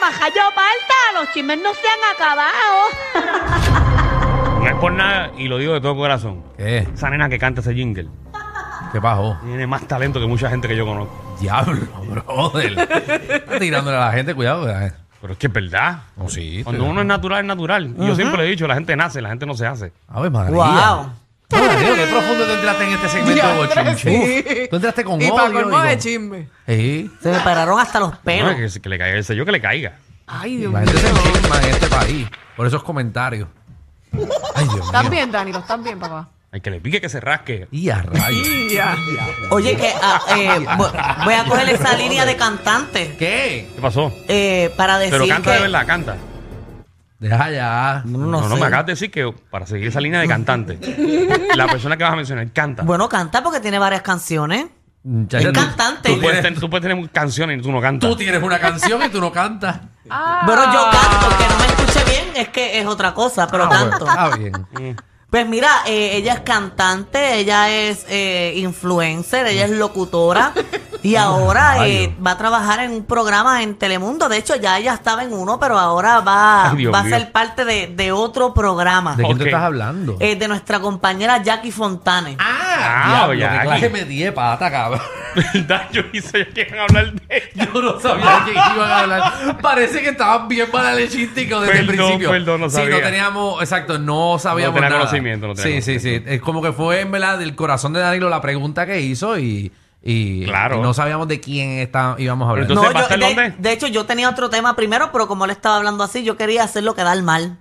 baja yo falta, los chismes no se han acabado. No es por nada, y lo digo de todo corazón. ¿Qué? Esa nena que canta ese jingle ¿Qué pasó? tiene más talento que mucha gente que yo conozco. Diablo, brother. Está tirándole a la gente, cuidado. eh. Pero es que es verdad. No, sí. Cuando te- uno es natural, es natural. Y Yo siempre lo he dicho, la gente nace, la gente no se hace. Ave María. Wow. Pero, tío, qué profundo tú entraste en este segmento de Diantre, bochinche. sí. Uf, Tú entraste con y odio. para colmo y de con- chisme. Sí. Se me pararon hasta los No, pelos. que, se- que le caiga el sello, que le caiga. Ay, Dios La mío. gente se enferma en este país por esos comentarios. Ay, Dios mío. ¿Están bien, Dani? ¿Los están bien, papá? Hay que le pique, que se rasque. Y a rayos. Ya. Oye, que ah, eh, vo- voy a coger esa línea de cantante ¿Qué? ¿Qué pasó? eh, para decir Pero canta que... de verdad, canta. Deja ya. No, no sé. me acabas de decir que para seguir esa línea de cantante, la persona que vas a mencionar canta. Bueno, canta porque tiene varias canciones. Muchacha, Es tú- cantante. tú tú, puedes tienes- ten- tú puedes tener canciones y tú no cantas. Tú tienes una canción y tú no cantas. Ah. Bueno, yo canto, que no me escuche bien es que es otra cosa, Ah, pero bueno, canto. está bien. Pues mira, eh, ella es cantante, ella es eh, influencer, ella es locutora y Ah, ahora Ay, eh, Dios. va a trabajar en un programa en Telemundo. De hecho, ya ella estaba en uno, pero ahora va, Ay, Dios va a mío. ser parte de, de otro programa ¿De quién Ok. tú estás hablando? eh, de nuestra compañera Jackie Fontane. Ah, Ah, diablo, ya, qué aquí. clase me di de pata, cabrón. ¿Verdad? Yo ni sabía que iban a hablar de ella. Yo no sabía que iban a hablar. Parece que estaban bien para lechísticos desde el Perdón, principio. perdón, no Sí, sabía. no teníamos, exacto, no sabíamos tenía nada. conocimiento, no tenía sí, sí, sí. Es como que fue en verdad del corazón de Danilo la pregunta que hizo y, y, Claro. y no sabíamos de quién está, íbamos a hablar. Pero entonces, yo- ¿va a estar de, dónde? de hecho, yo tenía otro tema primero, pero como él estaba hablando así, yo quería hacerlo quedar mal.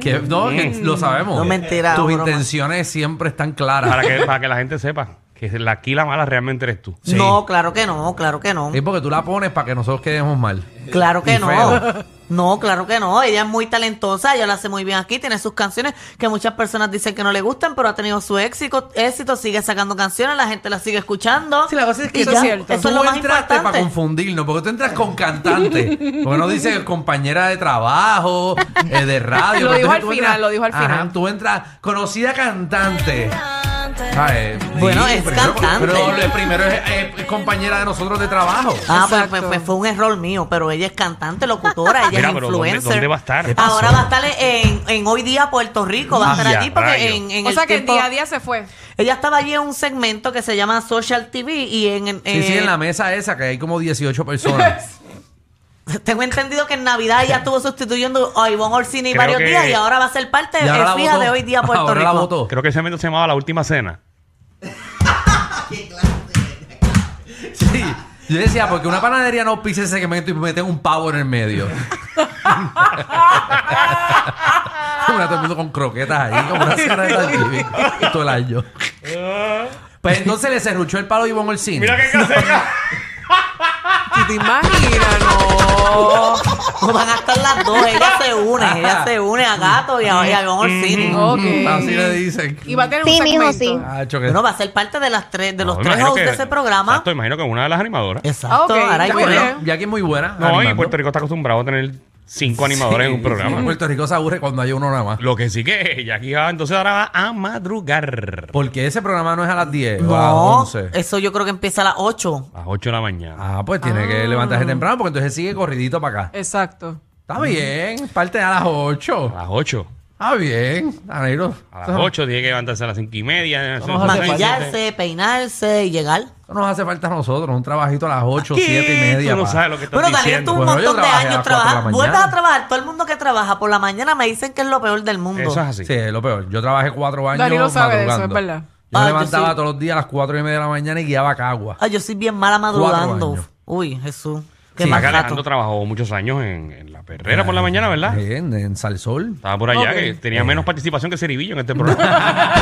Que- no, que lo sabemos. Mm. No, mentira, Tus broma. intenciones siempre están claras. Para que, para que la gente sepa que la- aquí la mala realmente eres tú. Sí. No, claro que no, claro que no. Es porque tú la pones para que nosotros quedemos mal. Claro Y que no. feo. No, claro que no. Ella es muy talentosa, ella lo hace muy bien aquí, tiene sus canciones que muchas personas dicen que no le gustan, pero ha tenido su éxito, éxito sigue sacando canciones, la gente la sigue escuchando. Sí, la cosa es que Y eso es ya, cierto. Eso es tú lo más entraste para importante. confundirnos, porque tú entras con cantante, porque no dices compañera de trabajo, eh, de radio. Lo dijo pero entonces al tú final, lo dijo al Ajá, final. tú entras conocida cantante. Ah, eh, Bueno, es primero- cantante. Pero lo primero es, eh, es compañera de nosotros de trabajo. Ah, pues, Exacto. pues- pues fue un error mío, pero ella es cantante, locutora, ella Mira, es pero ¿dónde- influencer. dónde va a estar? ¿Qué pasó? Ahora va a estar en, en Hoy Día Puerto Rico, va a estar Ah, allí ya, porque rayo. en, en O el sea que el tiempo- día a día se fue. Ella estaba allí en un segmento que se llama Social TV y en... en- Sí, sí, eh, en la mesa esa que hay como 18 personas. eh, Tengo entendido que en Navidad ella estuvo sustituyendo a Ivonne Orsini Creo varios que- días y ahora va a ser parte Y ahora eh, la fija votó. de hoy día Puerto Ahora la Rico. votó. Creo que ese evento se llamaba La Última Cena. Sí. Yo decía, porque una panadería no pisa ese segmento y meten un pavo en el medio. Mira, todo el mundo con croquetas ahí, como una cena de Thanksgiving, y todo el año. Pues entonces le cerruchó el palo a Ivonne Orsini. Mira qué casera. ¿Tú te imaginas? No. No van a estar las dos, ella se une, ella se une a Gato y a, y a Ivonne Orsini. Ok. Así le dicen. Y va a tener Sí, un mijo, segmento. sí. Cacho, que- Bueno, va a ser parte de las tres, de los No, tres imagino hosts que- de ese programa. Exacto, imagino que una de las animadoras. Exacto, Ah, ok, ahora hay ya, que ver. bueno. Jackie es muy buena. No, y animando. Puerto Rico está acostumbrado a tener cinco animadores en un Sí, programa. sí, Puerto Rico se aburre cuando hay uno nada más. Lo que sí que Jackie va, entonces ahora va a madrugar. Porque ese programa no es a las 10 o a las No, 11. eso yo creo que empieza a las 8. A las 8 de la mañana. Ah, pues tiene que levantarse temprano porque entonces sigue corridito para acá. Exacto. Está bien, parte a las 8. A las 8. Ah, bien, Danilo. A las 8 tiene que levantarse a las 5 y media. Vamos a hacer Maquillarse, peinarse y llegar. Eso nos hace falta a nosotros, un trabajito a las 8, ¿Qué? 7 y media. Tú no pa. sabes lo que estás Bueno, Daniel diciendo. tuvo un Bueno, yo montón de trabajé a años las cuatro de la trabajando. Vuelves mañana. a trabajar, todo el mundo que trabaja por la mañana me dicen que es lo peor del mundo. Eso es así. Sí, es lo peor. Yo trabajé 4 años Danilo sabe de eso, madrugando. es verdad. Yo me Ah, yo levantaba sí. todos los días a las 4 y media de la mañana y guiaba a Cagua. Ay, yo soy bien mala madrugando. años. Uy, Jesús. Qué Sí. mal Acá rato. Alejandro trabajó muchos años en, en la perrera por la mañana, ¿verdad? Bien, en Salsol. Estaba por allá Ok. que tenía menos participación que Ceribillo en este programa.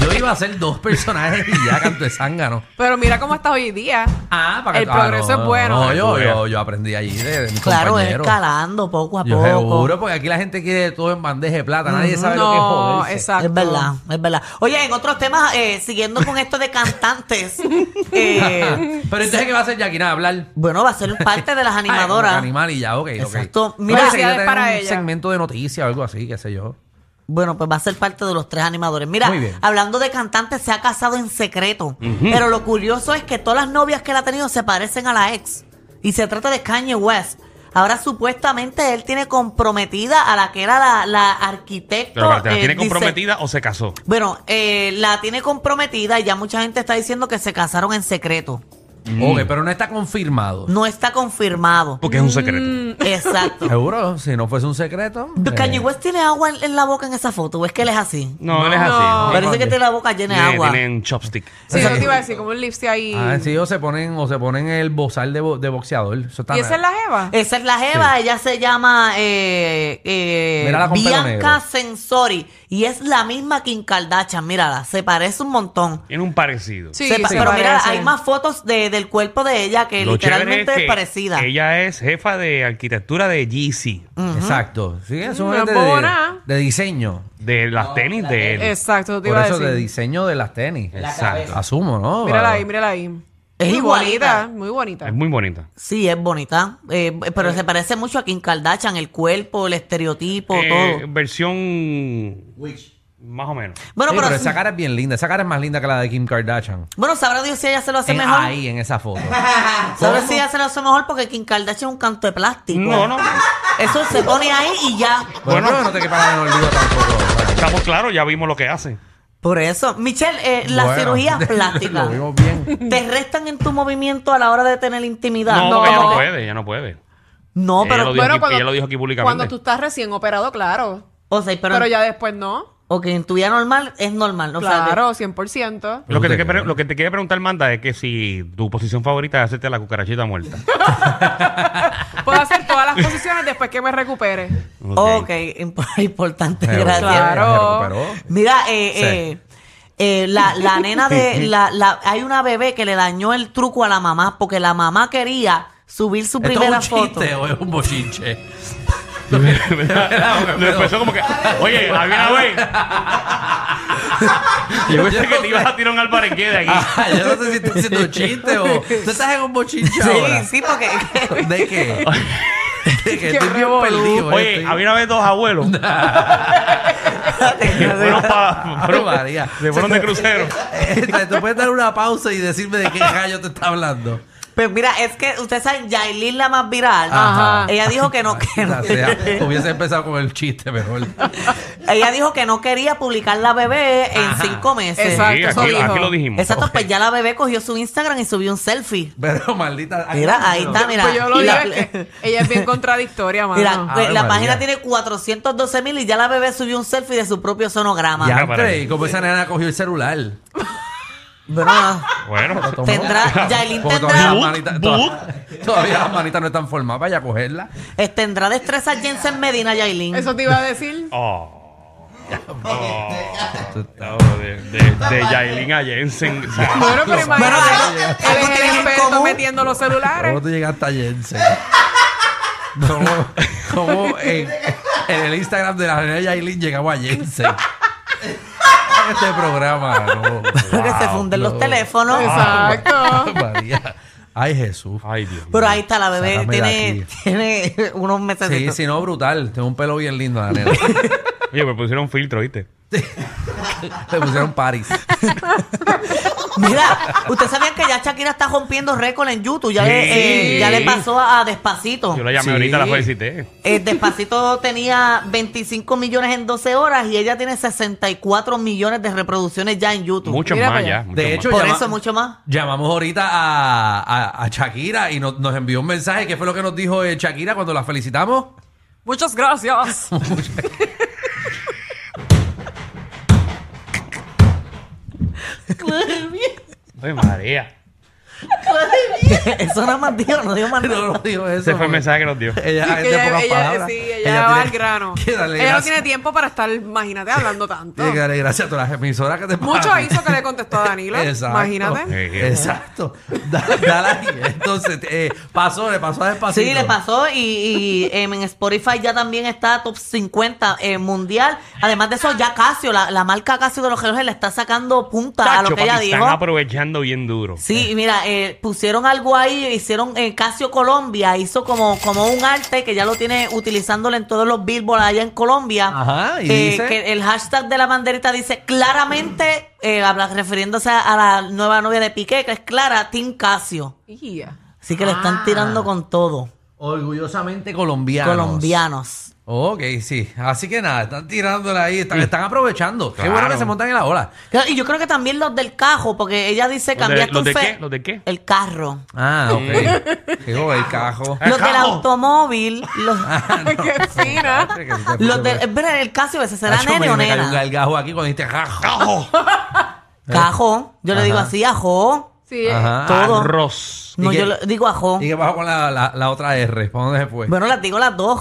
Yo iba a hacer dos personajes y ya canto de zángano. Pero mira cómo estás hoy día. Ah, para El progreso es bueno. No, yo, yo, yo aprendí allí de, de mis Claro, es compañeros. escalando poco a Yo poco. seguro, porque aquí la gente quiere todo en bandeja de plata. Nadie sabe lo que es No, joderse. exacto. Es verdad, es verdad. Oye, en otros temas, eh, siguiendo con esto de cantantes, eh, Pero entonces, ¿qué va a hacer Jackie? Nada, hablar. bueno, va a ser parte de las Ay, como animadoras. que Animal y ya, ok, ok. Exacto. Pero Mira, dice que Felicidades ella para tiene un ella. segmento de noticias o algo así, qué sé yo. Bueno, pues va a ser parte de los tres animadores. Mira, Muy bien. hablando de cantantes, se ha casado en secreto. Pero lo curioso es que todas las novias que él ha tenido se parecen a la ex. Y se trata de Kanye West. Ahora supuestamente él tiene comprometida a la que era la, la arquitecto. Pero espérate, ¿la eh, tiene dice- comprometida o se casó? bueno, eh, la tiene comprometida y ya mucha gente está diciendo que se casaron en secreto. Ok, pero no está confirmado. No está confirmado. Porque es un secreto. Mm, Exacto. Seguro, si no fuese un secreto. eh, Pues Kanye West tiene agua en, en la boca en esa foto, ¿o es que él es así? No, no, es No. así. Parece que tiene la boca llena de Tiene- agua. Tiene un chopstick. Sí, yo te iba a decir, como un lipstick ahí. ah, sí, o se ponen, o se ponen el bozal de, bo- de boxeador. Eso está ¿Y esa es la jeva? Esa es la Jeva, ella se llama eh, eh, Mírala con pelo Bianca negro. Sensori y es la misma Kim Kardashian, mírala, se parece un montón. Tiene un parecido. Sí, Se pa- se pero mira, parece. hay más fotos de- del cuerpo de ella que Lo chévere literalmente es, que parecida. Ella es jefa de arquitectura de Yeezy, Exacto. Sí, eso Mm, No es es de, buena. de diseño. de las tenis de él. Exacto, te Por iba a eso de decir. diseño de las tenis. Exacto. Asumo, ¿no? Mírala ahí, mírala ahí. Es muy igualita. bonita, muy bonita. Es muy bonita. Sí, es bonita, eh, pero se parece mucho a Kim Kardashian, el cuerpo, el estereotipo, Eh, todo. versión. Más o menos. Bueno, Sí, pero, pero esa cara es bien linda. Esa cara es más linda que la de Kim Kardashian. bueno, sabrá Dios si ella se lo hace En- mejor. Eh, ahí, en esa foto. Sabrá si ella se lo hace mejor porque Kim Kardashian es un canto de plástico. No, no. Eso se pone ahí y ya. bueno, pero no te quepa la menor duda tampoco. Estamos claros, ya vimos lo que hace. Por eso, Michelle, eh, las Bueno, cirugías Lo plásticas vimos bien. te restan en tu movimiento a la hora de tener intimidad. No, no. porque ella no puede, ella no puede. No, Ella pero, lo dijo aquí- ella lo dijo aquí públicamente. Cuando tú estás recién operado, claro. o sea, pero, Pero, ya después no. ok, en tu vida normal es normal, o sea, claro, 100%. Lo que, te, Pregunta que- que- lo que te quería preguntar, Manda, es que si tu posición favorita es hacerte la cucarachita muerta. Puedo hacer todas las posiciones después que me recupere. ok, imp- importante, gracias. Claro. Se recuperó. Mira, eh, eh, eh, la, la nena de, la, la- hay una bebé que le dañó el truco a la mamá porque la mamá quería subir su ¿Esto es primera un foto. chiste o es un bochinche? Lo empezó como que, oye, había una vez. Yo pensé que te ibas a tirar un albarenque de aquí. Ah, yo no sé si estoy haciendo un chiste o... ¿Tú estás en un bochinche ahora? Sí, sí, porque ¿De qué? ¿De qué? Qué Estoy bien revolú. perdido. eh, Oye, estoy- había una vez dos abuelos que fueron pa- fueron- Ay, María. se fueron de crucero. Este, Tú puedes dar una pausa y decirme de qué gallo te está hablando. Pues mira, es que ustedes saben, Yailin la más viral, Ajá. ella dijo que no, que no- O sea, hubiese empezado con el chiste mejor. ella dijo que no quería publicar la bebé en cinco meses. Exacto. Sí, eso aquí, dijo. aquí lo dijimos. Exacto, pues ya la bebé cogió su Instagram y subió un selfie. Pero maldita. Mira, ahí está, mira. Pues yo lo Ah, Y digo, la- eh, es que ella es bien contradictoria, mano. Mira, eh, Ave la María. página tiene 412 mil y ya la bebé subió un selfie de su propio sonograma. Ya para entré, ahí. y como esa nena cogió el celular. Bueno, Oh, Bueno, Tomó. Tendrá- Yailin Porque tendrá- Todavía las, Boot, manitas, boot. toda- todavía las manitas no están formadas para ya cogerla. eh, tendrá destreza Jensen Medina, Yailin. Eso te iba a decir. Oh. Oh, de, de, de Yailin a Jensen. o sea, Bueno, pero imagínate. Él ¿Algo es el tienen en experto común? metiendo los celulares. ¿Cómo tú llegaste a Jensen? ¿Cómo, cómo en, en el Instagram de la nena Yailin llegamos a Jensen? este programa, no. Porque se funden los teléfonos. Exacto. María. Ay, Jesús. Ay, Dios. Pero mío. ahí está la bebé, Sácame de tiene, aquí. tiene unos meses Sí, si no, brutal. Tengo un pelo bien lindo, la nena. Oye, me pusieron filtro, ¿viste? Le pusieron Paris. Mira, ustedes sabían que ya Shakira está rompiendo récord en YouTube. Ya, le, Sí. eh, ya le pasó a, a Despacito. Yo la llamé Sí. ahorita, la felicité. Eh, Despacito tenía 25 millones en 12 horas y ella tiene 64 millones de reproducciones ya en YouTube. Mucho Mira más para ya. allá. mucho De más. hecho, Por llama- eso mucho más. llamamos ahorita a, a- a Shakira y nos, nos envió un mensaje. ¿Qué fue lo que nos dijo eh, Shakira cuando la felicitamos? Muchas gracias. Ay, María. eso nada más dijo, no dijo más nada. No, no dijo eso. Ese fue el mensaje que nos dio. Ella, Que es de ella, pocas ella- palabras. sí, ella, Ella va tiene al grano. que darle Ella no gracias. tiene tiempo para estar, imagínate, hablando tanto. Tiene que darle gracias a todas las emisoras que te Mucho pagan. hizo que le contestó a Danilo. Exacto. Imagínate. Exacto. Da- dale ahí. Entonces, eh, pasó, le pasó a despacito. Sí, le pasó y, y, em, en Spotify ya también está top 50 eh, mundial. Además de eso, ya Casio, la, la marca Casio de los relojes le está sacando punta a Chacho, lo que ella papi, dijo. Están aprovechando bien duro. Sí, y mira, eh, pusieron algo ahí, hicieron eh, Casio Colombia, hizo como, como un arte que ya lo tiene utilizándolo en todos los billboards allá en Colombia. Ajá, y Eh, dice- que el hashtag de la banderita dice claramente, eh, habla- refiriéndose a, a la nueva novia de Piqué, que es Clara, Team Casio. Ia. Ah. Así que le están tirando con todo. Orgullosamente colombianos. Colombianos. Ok, sí. Así que nada, están tirándola ahí, están, están aprovechando. Qué bueno que Claro. se montan en la ola. Claro, Y yo creo que también los del cajo, porque ella dice de- cambiaste los un de fe- qué? ¿Los de qué? El carro. Ah, ok. Digo, el cajo. Ah, El los del cajo. Ah, automóvil, los, ¡Qué fina! pues los del, es verdad, el caso a veces será Nacho, nene me- o me cayó un nena. galgajo aquí cuando dijiste cajo. Oh. ¡Cajo! Cajo, yo le digo Eh. Ajá. así, ajo. Sí, Ajá. Todo. Arroz. No, ¿Y yo qué- le digo ajo. ¿Y qué pasó con la, la, la otra R? ¿Para dónde se fue? Bueno, las digo las dos.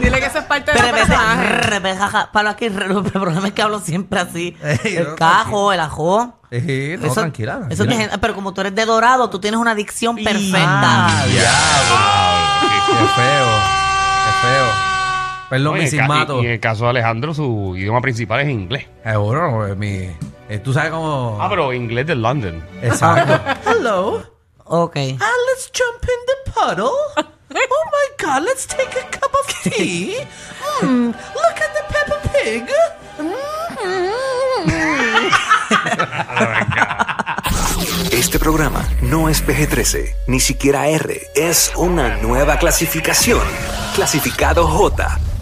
dile que eso es parte del Pero me- personaje. rrr, me jaja. Palo aquí, rrr, el problema es que hablo siempre así. Ey, El no, cajo, el ajo. Eh, no, Eso- tranquila, tranquila. eso tiene- pero como tú eres de dorado, tú tienes una dicción perfecta. Ah, diablo. Qué feo. Qué feo. Perdón, Oye, mi en ca- sismato. y, y en el caso de Alejandro, su idioma principal es inglés. Seguro, pues, mi. eh, tú sabes cómo. Ah, pero inglés de London. Exacto. Hello. Ok. And let's jump in the puddle. Oh my god, let's take a cup of tea. Mm, look at the Peppa Pig. Hmm. Este programa no es PG-13, ni siquiera R. Es una nueva clasificación. Clasificado J.